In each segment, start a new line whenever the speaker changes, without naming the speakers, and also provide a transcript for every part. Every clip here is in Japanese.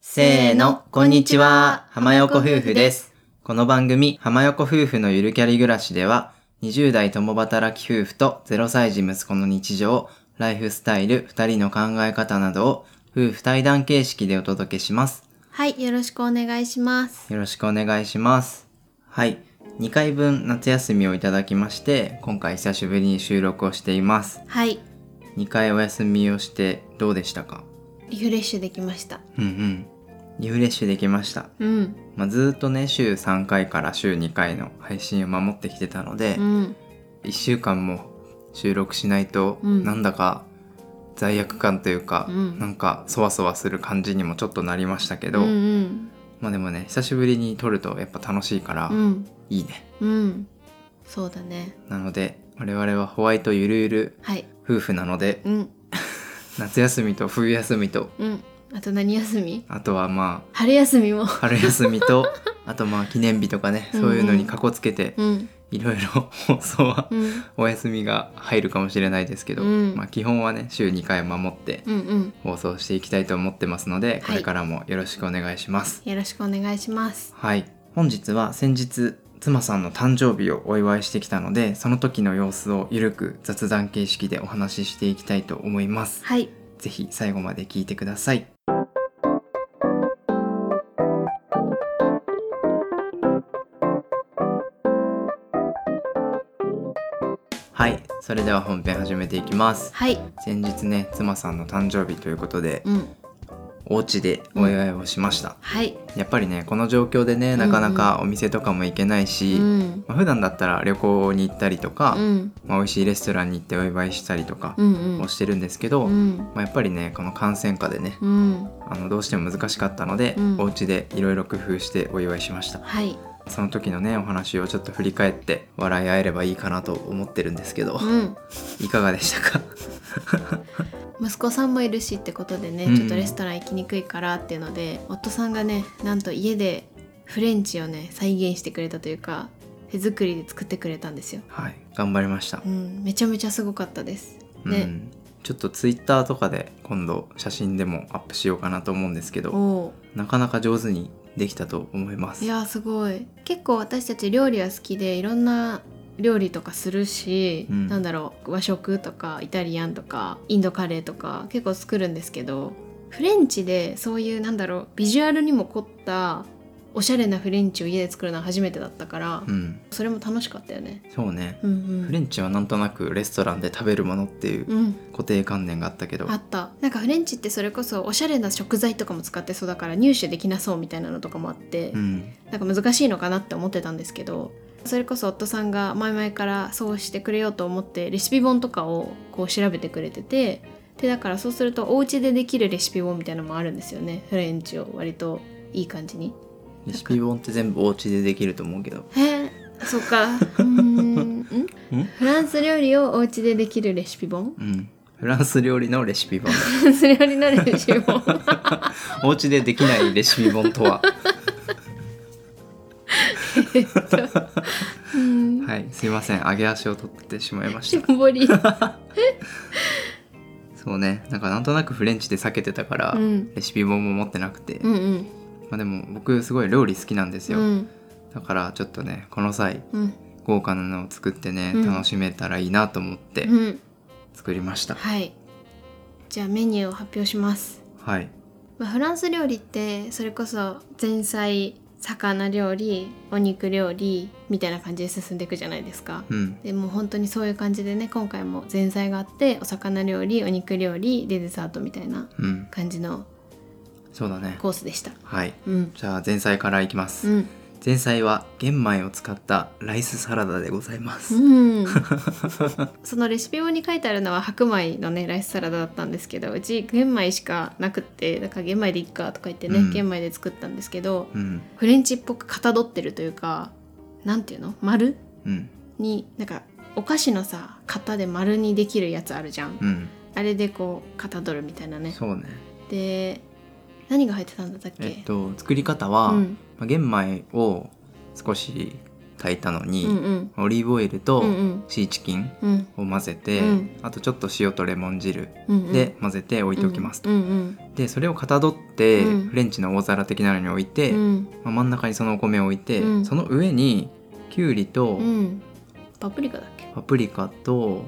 せーの、こんにちは。浜横夫婦です。この番組、浜横夫婦のゆるキャリ暮らしでは、20代共働き夫婦と0歳児息子の日常、ライフスタイル、2人の考え方などを、夫婦対談形式でお届けします。
はい、よろしくお願いします。
よろしくお願いします。はい。2回分夏休みをいただきまして、今回久しぶりに収録をしています。
はい、
2回お休みをしてどうでしたか
リフレッシュできました。
うんうん。リフレッシュできました。
うん、
まあ、ずーっとね週3回から週2回の配信を守ってきてたので、
うん、
1週間も収録しないと、
うん
なんだか罪悪感というか、
うん
なんかそわそわする感じにもちょっとなりましたけ
う
ど、
ん、うん、
まあでもね久しぶりに撮るとやっぱ楽しいから、
うん、
いいね
うん、そうだね。
なので我々はホワイトゆるゆる
はい、
夫婦なので
うん、
夏休みと冬休みと
うん、あと何休み？
あとはま
春休みも
あ。春休み とあとまあ記念日とかねそういうのにかこつけて、
うん、
いろいろ放送は
うん、
お休みが入るかもしれないですけど、
うん
まあ、基本はね週2回守って
うん、うん、
放送していきたいと思ってますので、これからもよろしくお願いします。
よろしくお願いします。
はい、本日は先日妻さんの誕生日をお祝いしてきたのでその時の様子をゆるく雑談形式でお話ししていきたいと思います。
はい、
ぜひ最後まで聞いてください。はい、それでは本編始めていきます。
はい、
先日ね、妻さんの誕生日ということで、
うん、
お家でお祝いをしました。
はい、
やっぱりね、この状況でね、なかなかお店とかも行けないし、
うん、
まあ普段だったら旅行に行ったりとか、
うん、
まあ、美味しいレストランに行ってお祝いしたりとか
うん、うん
を、してるんですけど、
うん、
まあ、やっぱりねこの感染下でね
うん、
あのどうしても難しかったので、
うん
お家でいろいろ工夫してお祝いしました
はい、
その時のねお話をちょっと振り返って笑い合えればいいかなと思ってるんですけど、
うん。
いかがでしたか
息子さんもいるしってことでね、
うん
ちょっとレストラン行きにくいからっていうので夫さんがねなんと家でフレンチをね再現してくれたというか手作りで作ってくれたんですよ。
はい頑張りました
う、ん、めちゃめちゃすごかったです。
うん
ね、
ちょっとツイッターとかで今度写真でもアップしようかなと思うんですけど
おう
なかなか上手にできたと思います
いやーすごい結構私たち料理は好きでいろんな料理とかするし、
うん
なんだろう和食とかイタリアンとかインドカレーとか結構作るんですけどフレンチでそういうなんだろうビジュアルにも凝ったおしゃれなフレンチを家で作るのは初めてだったから、
うん
それも楽しかったよね。
そうね
うんうん、
フレンチはなんとなくレストランで食べるものっていう
うん、
固定観念があったけど
あったなんかフレンチってそれこそおしゃれな食材とかも使ってそうだから入手できなそうみたいなのとかもあって、
うん
なんか難しいのかなって思ってたんですけどそれこそ夫さんが前々からそうしてくれようと思ってレシピ本とかをこう調べてくれててでだからそうするとお家でできるレシピ本みたいなのもあるんですよねフレンチを割といい感じに。
レシピ本って全部お家でできると思うけど
えー、そうかうーんんフランス料理をお家でできるレシピ本
うん、フランス料理のレシピ本だ
フランス料理のレシピ本
お家でできないレシピ本とは
うん
はいすいません揚げ足を取ってしまいま
シ
した
ンボリ
そうねなんかなんとなくフレンチで避けてたから、
うん
レシピ本も持ってなくて、
うんうん
まあ、でも僕すごい料理好きなんです
う
よ、
ん
だからちょっとねこの際
うん
豪華なのを作ってね、
うん
楽しめたらいいなと思って
うん
作りました、
はいじゃあメニューを発表します
はい
まあ、フランス料理ってそれこそ前菜魚料理お肉料理みたいな感じで進んでいくじゃないですか。
うん
でもう本当にそういう感じでね今回も前菜があってお魚料理お肉料理でデザートみたいな
うん
感じの
そうだね
コースでした。
はい
うん、
じゃあ前菜からいきま
う
す、
ん、
前菜は玄米を使ったライスサラダでございます、
うん、そのレシピ本に書いてあるのは白米のねライスサラダだったんですけどうち玄米しかなくってだから玄米でいっかとか言ってね、
うん
玄米で作ったんですけど
うん
フレンチっぽくかたどってるというかなんていうの丸
うん
になんかお菓子のさ型で丸にできるやつあるじゃん、
うん
あれでこうかたどるみたいなね
そうね
で何が入ってたんだったっけ、
えっと作り方は、
うん
まあ玄米を少し炊いたのに、
うんうん
オリーブオイル
う
と
ん
シーチキン
うん
を混ぜて、
うん
あとちょっと塩とレモン汁
うん
で混ぜて置いておきますと、
うんうん
でそれをかたどって、
うん
フレンチの大皿的なのに置いて、
うん
まあ真ん中にそのお米を置いて、
うん
その上にきゅうりと
うんパプリカだっけ
パプリカと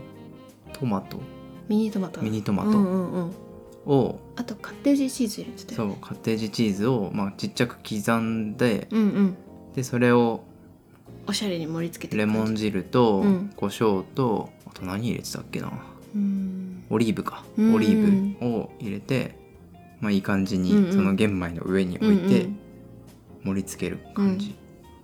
トマト
ミニトマト
ミニトマ
う
ト
んうんうん
を、
あとカッテージチーズ入れてた
そ
よ
うカッテージチーズを、まあ、ちっちゃく刻んで
うんうん
でそれを
おしゃれに盛り付けて
レ
る
モ
感じ
ン汁と
うん
胡椒と、あと何入れてたっけな
うん
オリーブかオ
うん
リーブを入れて、まあ、いい感じ
うんう
に
ん
その玄米の上に
うんう
置い
ん
て盛り付ける感じ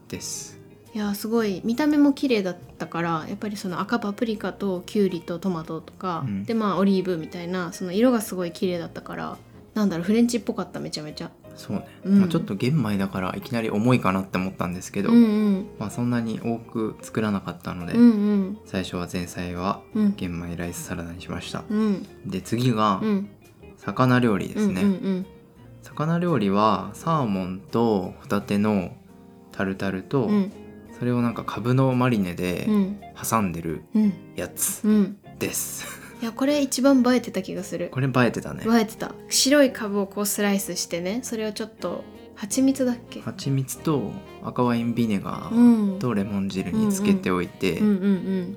です。
いやーすごい見た目も綺麗だったからやっぱりその赤パプリカとキュウリとトマトとか、
うん
でまあオリーブみたいなその色がすごい綺麗だったからなんだろうフレンチっぽかっためちゃめちゃ。
そうね、
うん
まあ、ちょっと玄米だからいきなり重いかなって思ったんですけ
う
ど、
んうん
まあ、そんなに多く作らなかったので、
うんうん
最初は前菜は
うん
玄米ライスサラダにしました。
うん
で次が
うん
魚料理ですね。
うんうん
魚料理はサーモンとホタテのタルタルと、
うん
それをなんかカブのマリネで
うん
挟んでる
うん
やつ
うん
です。
いやこれ一番映えてた気がする
これ映えてたね。
映えてた白いカブをこうスライスしてねそれをちょっと蜂蜜だっけ
蜂蜜と赤ワインビネガ
う
ー
ん
とレモン汁につけておいて、
うんうん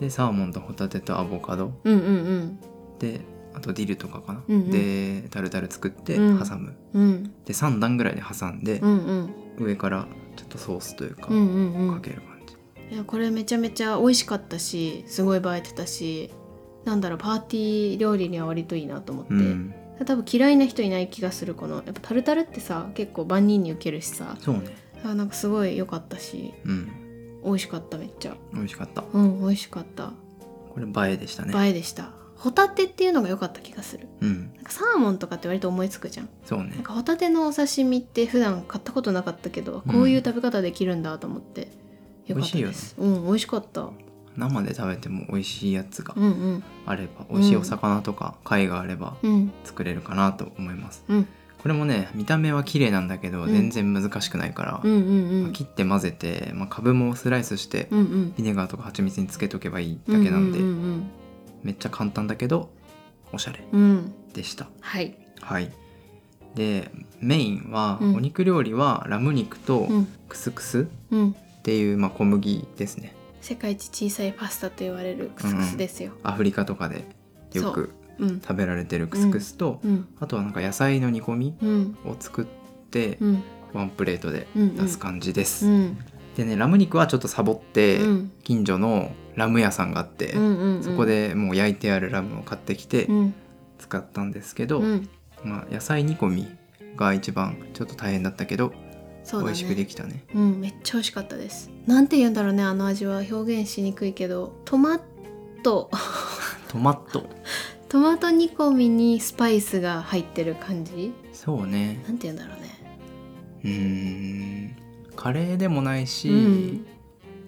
でサーモンとホタテとアボカド
うんうんうん
であとディルとかかな、
うんうん
でタルタル作って挟
うん
む、
うん
で3段ぐらいで挟んで
うんう、ん
上からちょっとソースというか、
うんうんうん
かける感じ
いやこれめちゃめちゃ美味しかったしすごい映えてたしなんだろうパーティー料理には割といいなと思って、
うん
多分嫌いな人いない気がするこのやっぱタルタルってさ結構万人に受けるしさ
そうね
あなんかすごい良かったし
うん
美味しかっためっちゃ
美味しかった
うん美味しかった
これ映えでしたね
映えでした、ホタテっていうのが良かった気がする
うん
なんかサーモンとかって割と思いつくじゃん
そう
なん
ね
かホタテのお刺身って普段買ったことなかったけど、
うん
こういう食べ方できるんだと思って良かったですうん美味しかった
生で食べても美味しいやつが
うんうん
あれば、美味しいお魚とか貝があれば
うん
作れるかなと思います、
うん
これもね見た目は綺麗なんだけど、
う
全
ん
然難しくないから、
うんうんう
まあ
ん
切って混ぜて、まあ、かぶもスライスして、
うんうん
ビネガーとか蜂蜜につけとけばいいだけなんで、
うんうん
めっちゃ簡単だけどおしゃれ
うんうん
でした
はい
はいでメインは、
うん
お肉料理はラム肉と
うん
クスクス
うん
っていう、まあ、小麦ですね
世界一小さいパスタと言われるクスクスですよ
アフリカとかでよく
うん
食べられてるクスクスと、
うん
あとはなんか野菜の煮込み
うん
を作って、
うん
ワンプレートで
うん
出す感じです、
うん
でねラム肉はちょっとサボって、
うん
近所のラム屋さんがあって、
うんうん
そこでもう焼いてあるラムを買ってきて
うん
使ったんですけど、
うん
まあ、野菜煮込みが一番ちょっと大変だったけど、
そ
美
うだ
味しくで
ね
きたね
うんめっちゃ美味しかったですなんて言うんだろうねあの味は表現しにくいけどトマト
トマト
トマト煮込みにスパイスが入ってる感じ
そうね
なんて言うんだろうね
うーんカレーでもないし、
うん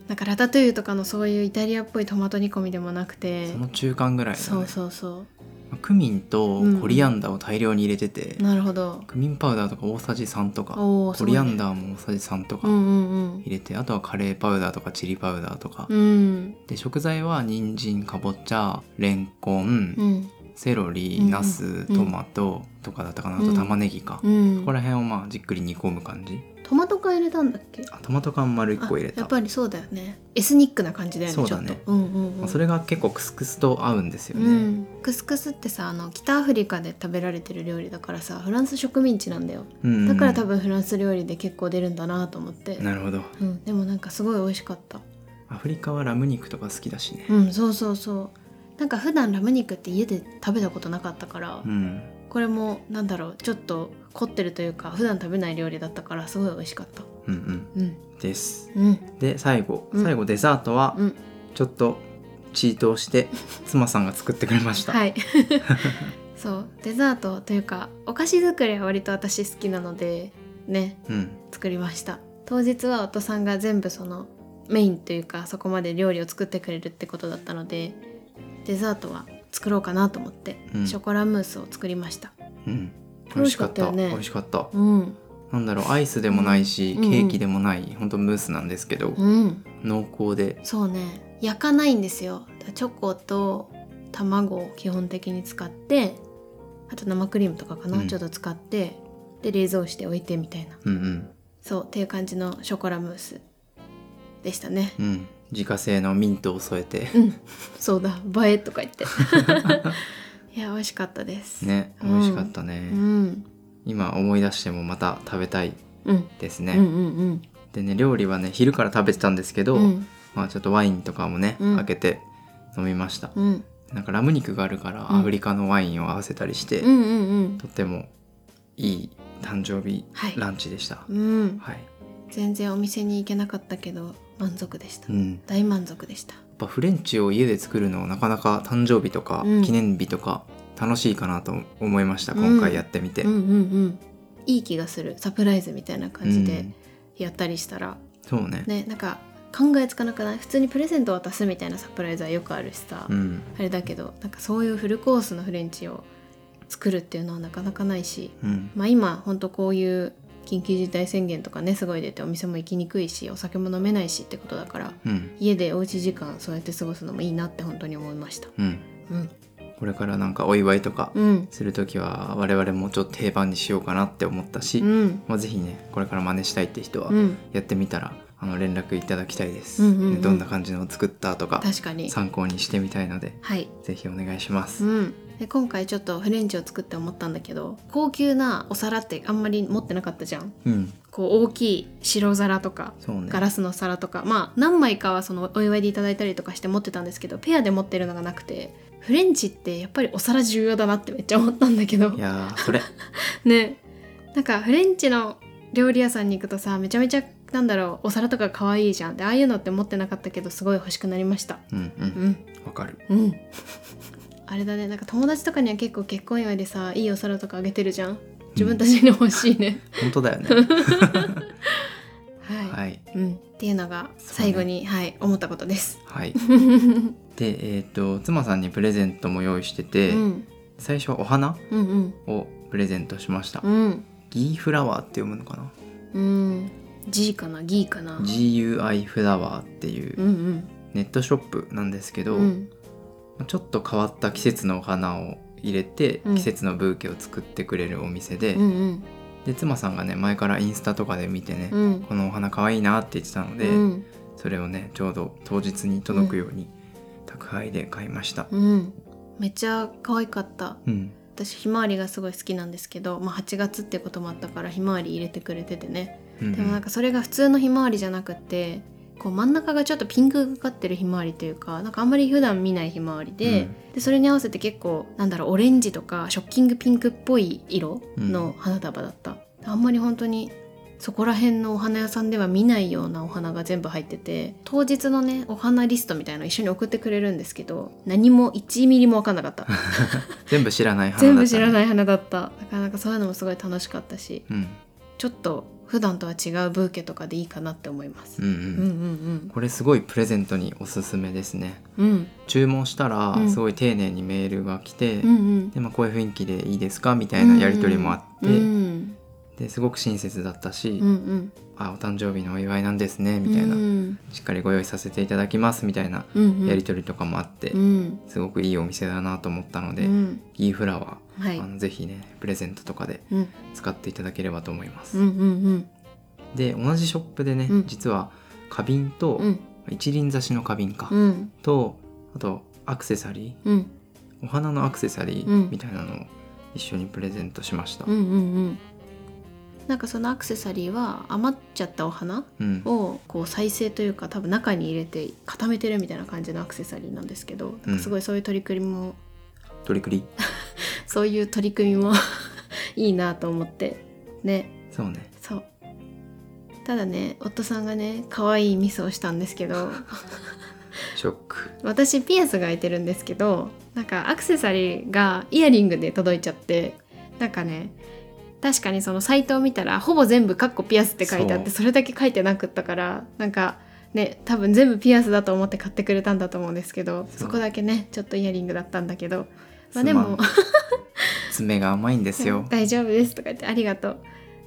なんかラタトゥイユとかのそういうイタリアっぽいトマト煮込みでもなくて
その中間ぐらいの、
そう
ね、
そうそ
まあクミンとコリアンダーを大量に入れてて、
うなるほど
クミンパウダーとか大さじ3とか、
おお
コリアンダーも大さじ3と
うん
か
うん
入れて、あとはカレーパウダーとかチリパウダーとか、
うんうん
で食材は人参かぼちゃレンコン、
うん
セロリ
うん
ナス
うん
トマトとかだったかなあ
う
と
ん
玉ねぎか、
うん
ここら辺をまあじっくり煮込む感じ
トマト缶入れたんだっけ
あトマト缶丸1個入れ
あ
た
やっぱりそうだよねエスニックな感じだよね
そうだね
ちょっとうんうん、う
まあ
ん、
それが結構クスクスと合うんですよ
う
ね、
ん、クスクスってさあの北アフリカで食べられてる料理だからさフランス植民地なんだよ
うんうん
だから多分フランス料理で結構出るんだなと思って、
なるほど
うん、でもなんかすごい美味しかった
アフリカはラム肉とか好きだしね
うんそうそうそうなんか普段ラム肉って家で食べたことなかったから、
うん
これもなんだろうちょっと凝ってるというか普段食べない料理だったからすごい美味しかった
うんうん
うん
です
うん
で最後
うん
最後デザートは
うん
ちょっとチートをして妻さんが作ってくれました、
はいそうデザートというかお菓子作りは割と私好きなのでね
うん
作りました当日は夫さんが全部そのメインというかそこまで料理を作ってくれるってことだったのでデザートは作ろうかなと思って、
うん
ショコラムースを作りました
うん
美味しかったよね
美味しかった
うん
ななんだろうアイスでもないし、
うんうん
ケーキでもないほんとムースなんですけど、
うん
濃厚で
そうね焼かないんですよだからチョコと卵を基本的に使ってあと生クリームとかかな、
うん
ちょっと使ってで冷蔵しておいてみたいな
うん
そうっていう感じのショコラムースでしたね
うんうん自家製のミントを添えて
うんそうだ映えとか言って いや美味しかったです、
ね
う
美
ん
味しかったね、
うん、
今思い出してもまた食べたい
うん
ですね、
うんうんうん
でね料理はね昼から食べてたんですけど、
うん
まあ、ちょっとワインとかもね、
うん
開けて飲みました
うん
なんかラム肉があるから
うん
アフリカのワインを合わせたりして、
うんうんうん
とってもいい誕生日
はい
ランチでした、
うん
はい、
全然お店に行けなかったけど満足でし
う
た、
ん、や
大満足でした
っぱフレンチを家で作るのなかなか誕生日とか
うん
記念日とか楽しいかなと思いました、
うん
今回やってみて、
うんうんうんいい気がするサプライズみたいな感じ
う
で
ん
やったりしたら、
そうね
ねなんか考えつかなくない普通にプレゼント渡すみたいなサプライズはよくあるしさ、
うん
あれだけどなんかそういうフルコースのフレンチを作るっていうのはなかなかないし
うん
まあ今ほんとこういう緊急事態宣言とかねすごい出てお店も行きにくいしお酒も飲めないしってことだから
うん
家でおうち時間そうやって過ごすのもいいなって本当に思いました
うん
うん、
これからなんかお祝いとか
うん
する時は我々もちょっと定番にしようかなって思ったし、
うん
まあ、ぜひねこれから真似したいって人は
うん、
やってみたら、あの連絡いただきたいです、
うんうんうん
ねどんな感じのを作ったとか
確かに
参考にしてみたいので
はい
ぜひお願いします、
うん、で今回ちょっとフレンチを作って思ったんだけど高級なお皿ってあんまり持ってなかったじゃん
うん
こう大きい白皿とか
そうね
ガラスの皿とか、まあ何枚かはそのお祝いでいただいたりとかして持ってたんですけどペアで持ってるのがなくてフレンチってやっぱりお皿重要だなってめっちゃ思ったんだけど
いやーそれ
ねなんかフレンチの料理屋さんに行くとさめちゃめちゃなんだろうお皿とか可愛いじゃんでああいうのって持ってなかったけどすごい欲しくなりました
うんう
うんん
わかる
うん あれだねなんか友達とかには結構結婚祝いでさいいお皿とかあげてるじゃん自分たちに欲しい ね、
本当だよね
はい、
はい
うん、っていうの
そ
が
うね
最後に、はい思ったことです
はい
うん
でえっ、と妻さんにプレゼントも用意してて、
うん
最初はお花
うん
をプレゼントしました、
うん
ギーフラワーって読むのかな
うん G かな G かな
GUI フラワーっていう
うんうん
ネットショップなんですけど、
うん
ちょっと変わった季節のお花を入れて
うん
季節のブーケを作ってくれるお店で,、
うん
で妻さんがね前からインスタとかで見てね、
うん
このお花かわいいなって言ってたので、
うん
それをねちょうど当日に届くように宅配で買いました。
うんめっちゃ可愛かった
うん、
私ひまわりがすごい好きなんですけど、まあ、8月ってこともあったからひまわり入れてくれててね
うん
でもなんかそれが普通のひまわりじゃなくてこう真ん中がちょっとピンクがかってるひまわりというかなんかあんまり普段見ないひまわりで,、でそれに合わせて結構なんだろうオレンジとかショッキングピンクっぽい色の花束だった、あんまり本当にそこら辺のお花屋さんでは見ないようなお花が全部入ってて当日のねお花リストみたいなの一緒に送ってくれるんですけど何も1ミリも分かんなか った
全部知らない花だっ
全
た、ね、、
部知らないい花だったなかなかそういうのもすごい楽しかったし
うん
ちょっと普段とは違うブーケとかでいいかなって思います
うんう
うんうん
んこれすごいプレゼントにおすすめですね
うんうん
注文したら
うん
すごい丁寧にメールが来て、
うんうん
でまあ、こういう雰囲気でいいですかみたいなやり取りもあって、
うん
ですごく親切だったし、
うんうん
あお誕生日のお祝いなんですねみたいな、
うん
しっかりご用意させていただきますみたいな
うんうん
やり取りとかもあって、
うん
すごくいいお店だなと思ったので、
うん
ギーフラワ
は
ー、
い
あのぜひねプレゼントとかで
うん
使っていただければと思いま
う
す、
んうん
で同じショップでね、
うん
実は花瓶と、
うん
一輪挿しの花瓶か、
うん
とあとアクセサリ
うんうん
ーお花のアクセサリ
う
ー
ん
みたいなのを一緒にプレゼントしました、
うんうんうんなんかそのアクセサリーは余っちゃったお花
うん
をこう再生というか多分中に入れて固めてるみたいな感じのアクセサリーなんですけどなんかすごいそういう取り組みも
取りくり
そういう取り組みも いいなと思ってね
そうね
そうただね夫さんがね可愛いミスをしたんですけ ど
ショック
私ピアスが開いてるんですけどなんかアクセサリーがイヤリングで届いちゃってなんかね確かにそのサイトを見たらほぼ全部「カッコピアス」って書いてあって
そ
それだけ書いてなくったからなんかね多分全部ピアスだと思って買ってくれたんだと思うんですけど
そう
そこだけねちょっとイヤリングだったんだけどまあ
す
で
まん
も
爪が甘いんですよ
大丈夫ですとか言ってありがとう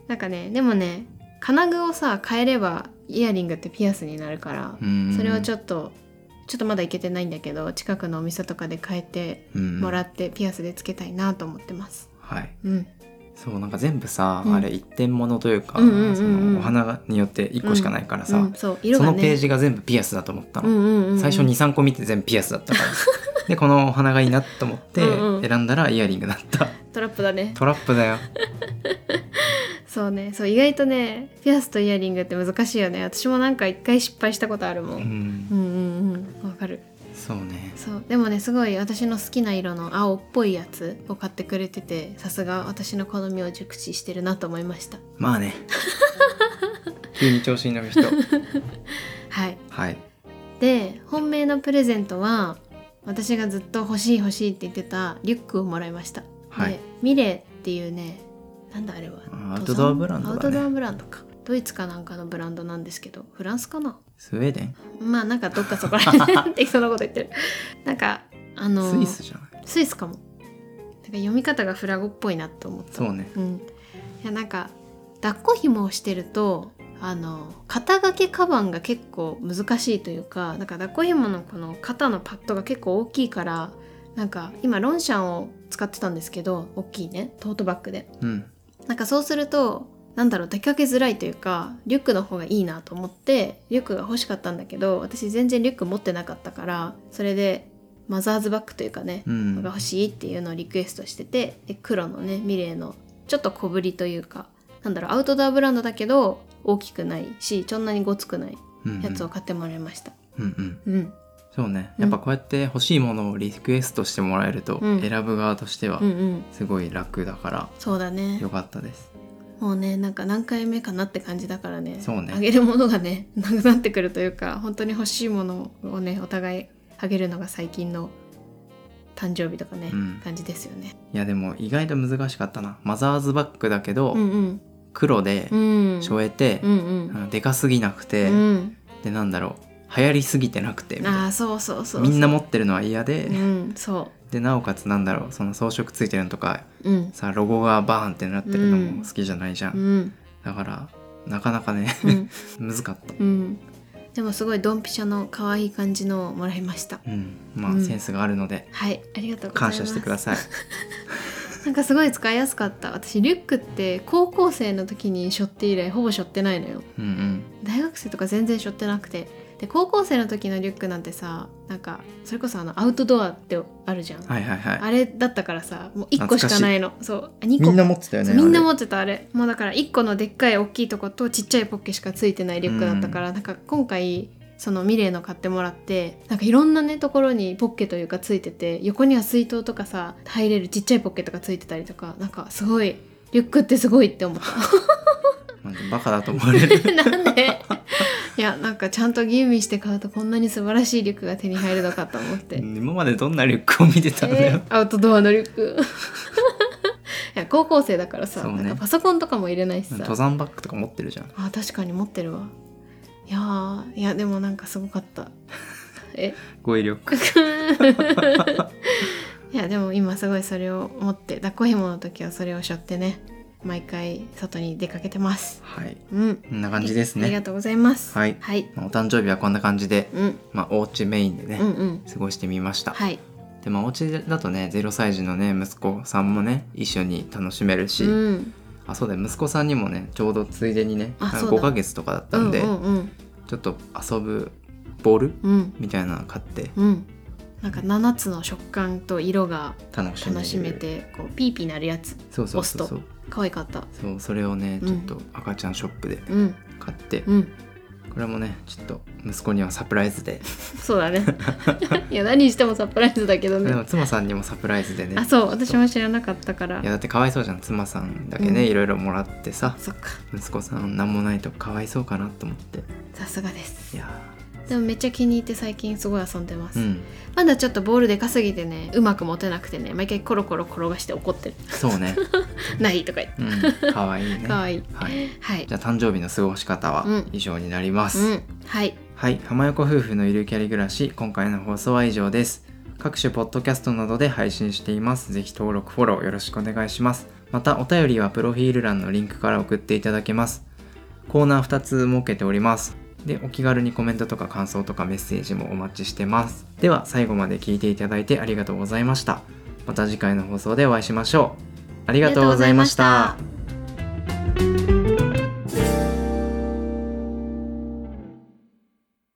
なんかねでもね金具をさ変えればイヤリングってピアスになるから、それをちょ
っ
っとちょっとまだ行けてないんだけど近くのお店とかで変えて
と
もら
っ
ってピアスでつけたいなと思ってます。
はい
うん、
そうなんか全部さ、
うん
あれ一点物というか、
うんうんうんうん
そのお花がによって一個しかないからさ、
うん、そう色
そ
がね
のページが全部ピアスだと思ったの、
うんうんうんうん
最初23個見て全部ピアスだった からでこのお花がいいなと思って
うんうん
選んだらイヤリングだった
トラップだね
トラップだよ
そうねそう意外とねピアスとイヤリングって難しいよね私もなんか一回失敗したことあるも、
うんん
うん、うんうんわかる
そうね
そうでもねすごい私の好きな色の青っぽいやつを買ってくれててさすが私の好みを熟知してるなと思いました
ま あね急に調子に乗る人
はい
はい
で本命のプレゼントは私がずっと欲しい欲しいって言ってたリュックをもらいました、
はい
でミレーっていうねなんだあれは
あアウトドアブランドだね
登山アウトドアブランドかドイツかなんかのブランドなんですけどフランスかな
スウェーデン
まあなんかどっかそこら 辺適当なこと言ってるなんかあの
スイスじゃない
スイスかもなんか読み方がフラゴっぽいなと思った
そうね
うん、いやなんか抱っこ紐をしてるとあの肩掛けカバンが結構難しいというかなんか抱っこ紐のこの肩のパッドが結構大きいからなんか今ロンシャンを使ってたんですけど大きいねトートバッグで
うん
なんかそうするとなんだろう出かけづらいというかリュックの方がいいなと思ってリュックが欲しかったんだけど私全然リュック持ってなかったからそれでマザーズバッグというかね
う
のが
ん
欲しいっていうのをリクエストしててで黒のねミレーのちょっと小ぶりというかなんだろうアウトドアブランドだけど大きくないしそんなにごつくない
うん
やつを買ってもらいました
うんうん
うん、
そうね
うん
やっぱこうやって欲しいものをリクエストしてもらえると、
うん
選ぶ側としては
うんうん
すごい楽だから
そうだね
良かったです、
もうねなんか何回目かなって感じだからね
そうね
あげるものがねなくなってくるというか本当に欲しいものをねお互いあげるのが最近の誕生日とかね、
うん
感じですよね
いやでも意外と難しかったなマザーズバッグだけど、
うんうん
黒で
うん
しょえて、
うんうん
でかすぎなくて、
うん
でなんだろう流行りすぎてなくてみたい
あ
な
あそうそうそうそう
みんな持ってるのは嫌で、
うんそ
でなおかつなんだろうその装飾ついてるのとか
ううん
さロゴがバーンってなってるの
うん
も好きじゃないじゃん、
うん
だからなかなかね
う ん
難かった、
うんでもすごいドンピシャの可愛い感じのをもらいました
うん、まあ、
うん
センスがあるので
はいありがとうござい
感
ます
謝してください
なんかすごい使いやすかった私リュックって高校生の時に背負って以来ほぼ背負ってないのよ
うんうん
大学生とか全然背負ってなくてで高校生の時のリュックなんてさなんかそれこそあのアウトドアってあるじゃん、
はいはいはい
あれだったからさもう1個しかないのそうあ2個
みんな持ってたよ
そ
ね
うみんな
あれ
持ってたあれもうだから1個のでっかい大きいとことちっちゃいポッケしかついてないリュックだったから、なんか今回そのミレーの買ってもらってなんかいろんなねところにポッケというかついてて横には水筒とかさ入れるちっちゃいポッケとかついてたりとかなんかすごいリュックってすごいって 思っ
まあバカだと思われる
たなんでいやなんかちゃんと吟味して買うとこんなに素晴らしいリュックが手に入るのかと思って
今までどんなリュックを見てたんだよ、
えーアウトドアのリュック いや高校生だからさ、
そうね
なんかパソコンとかも入れないしさ
登山バッグとか持ってるじゃん
あ確かに持ってるわいやーいやでもなんかすごかった え
語彙力
いやでも今すごいそれを持って抱っこ紐の時はそれを背負ってね毎回外に出かけてます
はい
うん
こんな感じです
ありが
ね
とうございます
はい
はい、
まあお誕生日はこんな感じで、
うん、
まあ、お家メインでね、
うんうん
過ごしてみました、
はい
でまあお家だとね0歳児のね息子さんもね一緒に楽しめるし、
うん
あそうだよ息子さんにもねちょうどついでにね
あ
なん
そ
か
うだ
5ヶ月とかだったんで、
うんうん
ちょっと遊ぶボール
うん
みたいなの買って
うんうんなんか7つの食感と色が
楽しめる
楽しめてこうピーピーなるやつ
そうそうそうそう
可愛かった
そうそれをね
うん
ちょっと赤ちゃんショップで
うん
買って、
うん
これもねちょっと息子にはサプライズで、
そ うだねいや何してもサプライズだけどね
でも妻さんにもサプライズでね
あそう
ちょっと
私も知らなかったから
いやだってかわいそうじゃん妻さんだけね、
うん
いろいろもらってさ
そっか
息子さん何もないとかわいそうかなと思って
さすがです
いや
でもめっちゃ気に入って最近すごい遊んでま
ー
す、
うん
まだちょっとボールでかすぎてねうまく持てなくてね毎回コロコロ転がして怒ってる
そうね、
ないとか言って
うん、かわいいね
可愛い
はい、
はい
じゃあ誕生日の過ごし方は
うん
以上になります、
うんはい
はい浜横夫婦のゆるキャリ暮らし今回の放送は以上です各種ポッドキャストなどで配信していますぜひ登録フォローよろしくお願いしますまたお便りはプロフィール欄のリンクから送っていただけますコーナー2つ設けておりますでお気軽にコメントとか感想とかメッセージもお待ちしてますでは最後まで聞いていただいてありがとうございましたまた次回の放送でお会いしましょうありがとうございました